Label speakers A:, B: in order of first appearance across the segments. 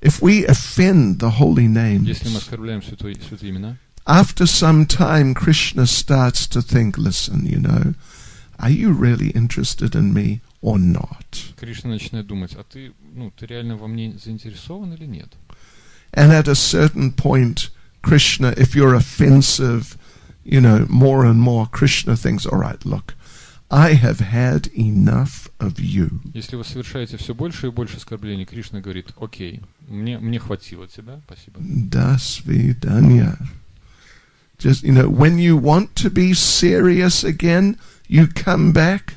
A: If we offend the holy names,
B: Если мы оскорбляем святой- святые имена,
A: after some time, Krishna starts to think listen, you know, are you really interested in me or not?
B: Кришна начинает думать, а ты, ну, ты реально во мне заинтересован или нет?
A: And at a certain point, Krishna, if you're offensive, you know, more and more, Krishna thinks, all right, look, I have had enough of you.
B: Если вы совершаете все больше и больше оскорблений, Кришна говорит, окей, мне, мне хватило тебя, спасибо.
A: Das Vedanya. Just, you know, when you want to be serious again, you come back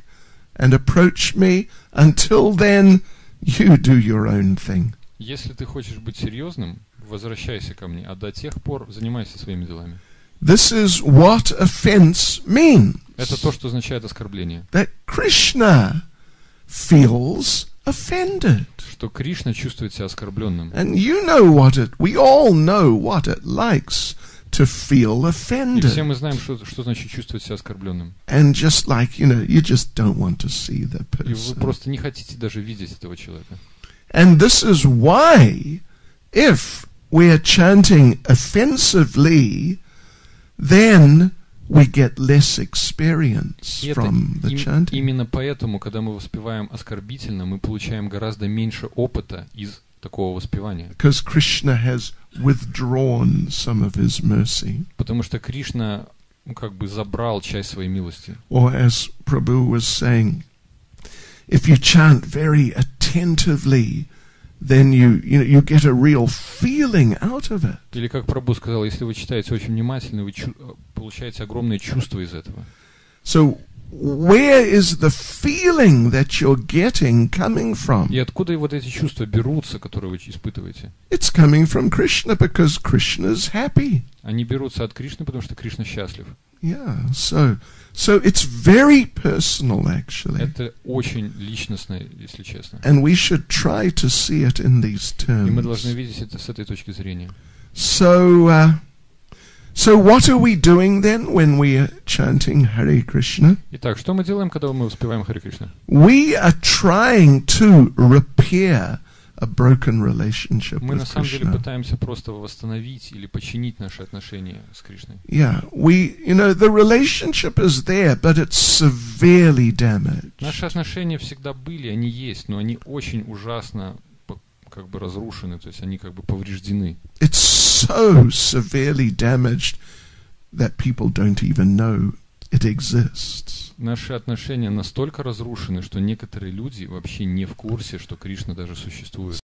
A: and approach me. Until then, you do your own thing.
B: Если ты хочешь быть серьезным, возвращайся ко мне, а до тех пор занимайся своими делами.
A: This is what offense means.
B: Это то, что означает оскорбление,
A: That Krishna feels offended.
B: что Кришна чувствует себя оскорбленным.
A: And you know what it, we all know what it likes to feel
B: И все
A: offended.
B: мы знаем, что, что значит чувствовать себя оскорбленным.
A: And just like, you know, you just don't want to see the
B: И вы
A: person.
B: просто не хотите даже видеть этого человека.
A: And this is why, if we're chanting offensively, then we get less experience
B: И это
A: from the
B: им-
A: chanting.
B: именно поэтому, когда мы воспеваем оскорбительно, мы получаем гораздо меньше опыта из такого воспевания.
A: Because Krishna has withdrawn some of his mercy.
B: Потому что Кришна ну, как бы забрал часть своей милости.
A: Or as Prabhu was saying, if you chant very attentively, then you, you, know, you get a real feeling out of it.
B: Или как Прабу сказал, если вы читаете очень внимательно, вы чу- э, получаете огромные чувства из этого.
A: So, where is the feeling that you're getting coming from?
B: И откуда и вот эти чувства берутся, которые вы ч- испытываете?
A: It's coming from Krishna because Krishna's happy.
B: Они берутся от Кришны, потому что Кришна счастлив.
A: Yeah. So so it's very personal actually.
B: Это очень личностно, если честно.
A: And we should try to see it in these
B: И мы должны
A: terms.
B: видеть это с этой точки зрения.
A: So uh, so what are we doing then when we are chanting Hare Krishna?
B: Итак, что мы делаем, когда мы воспеваем Харе Кришна?
A: We are trying to repair a broken relationship
B: Мы на
A: with
B: самом деле
A: Krishna.
B: пытаемся просто восстановить или починить наши отношения с Кришной.
A: Yeah, we you know the relationship is there but it's severely damaged.
B: Наши отношения всегда были, они есть, но они очень ужасно п- как бы разрушены, то есть они как бы повреждены.
A: it's so severely damaged that people don't even know it exists.
B: Наши отношения настолько разрушены, что некоторые люди вообще не в курсе, что Кришна даже существует.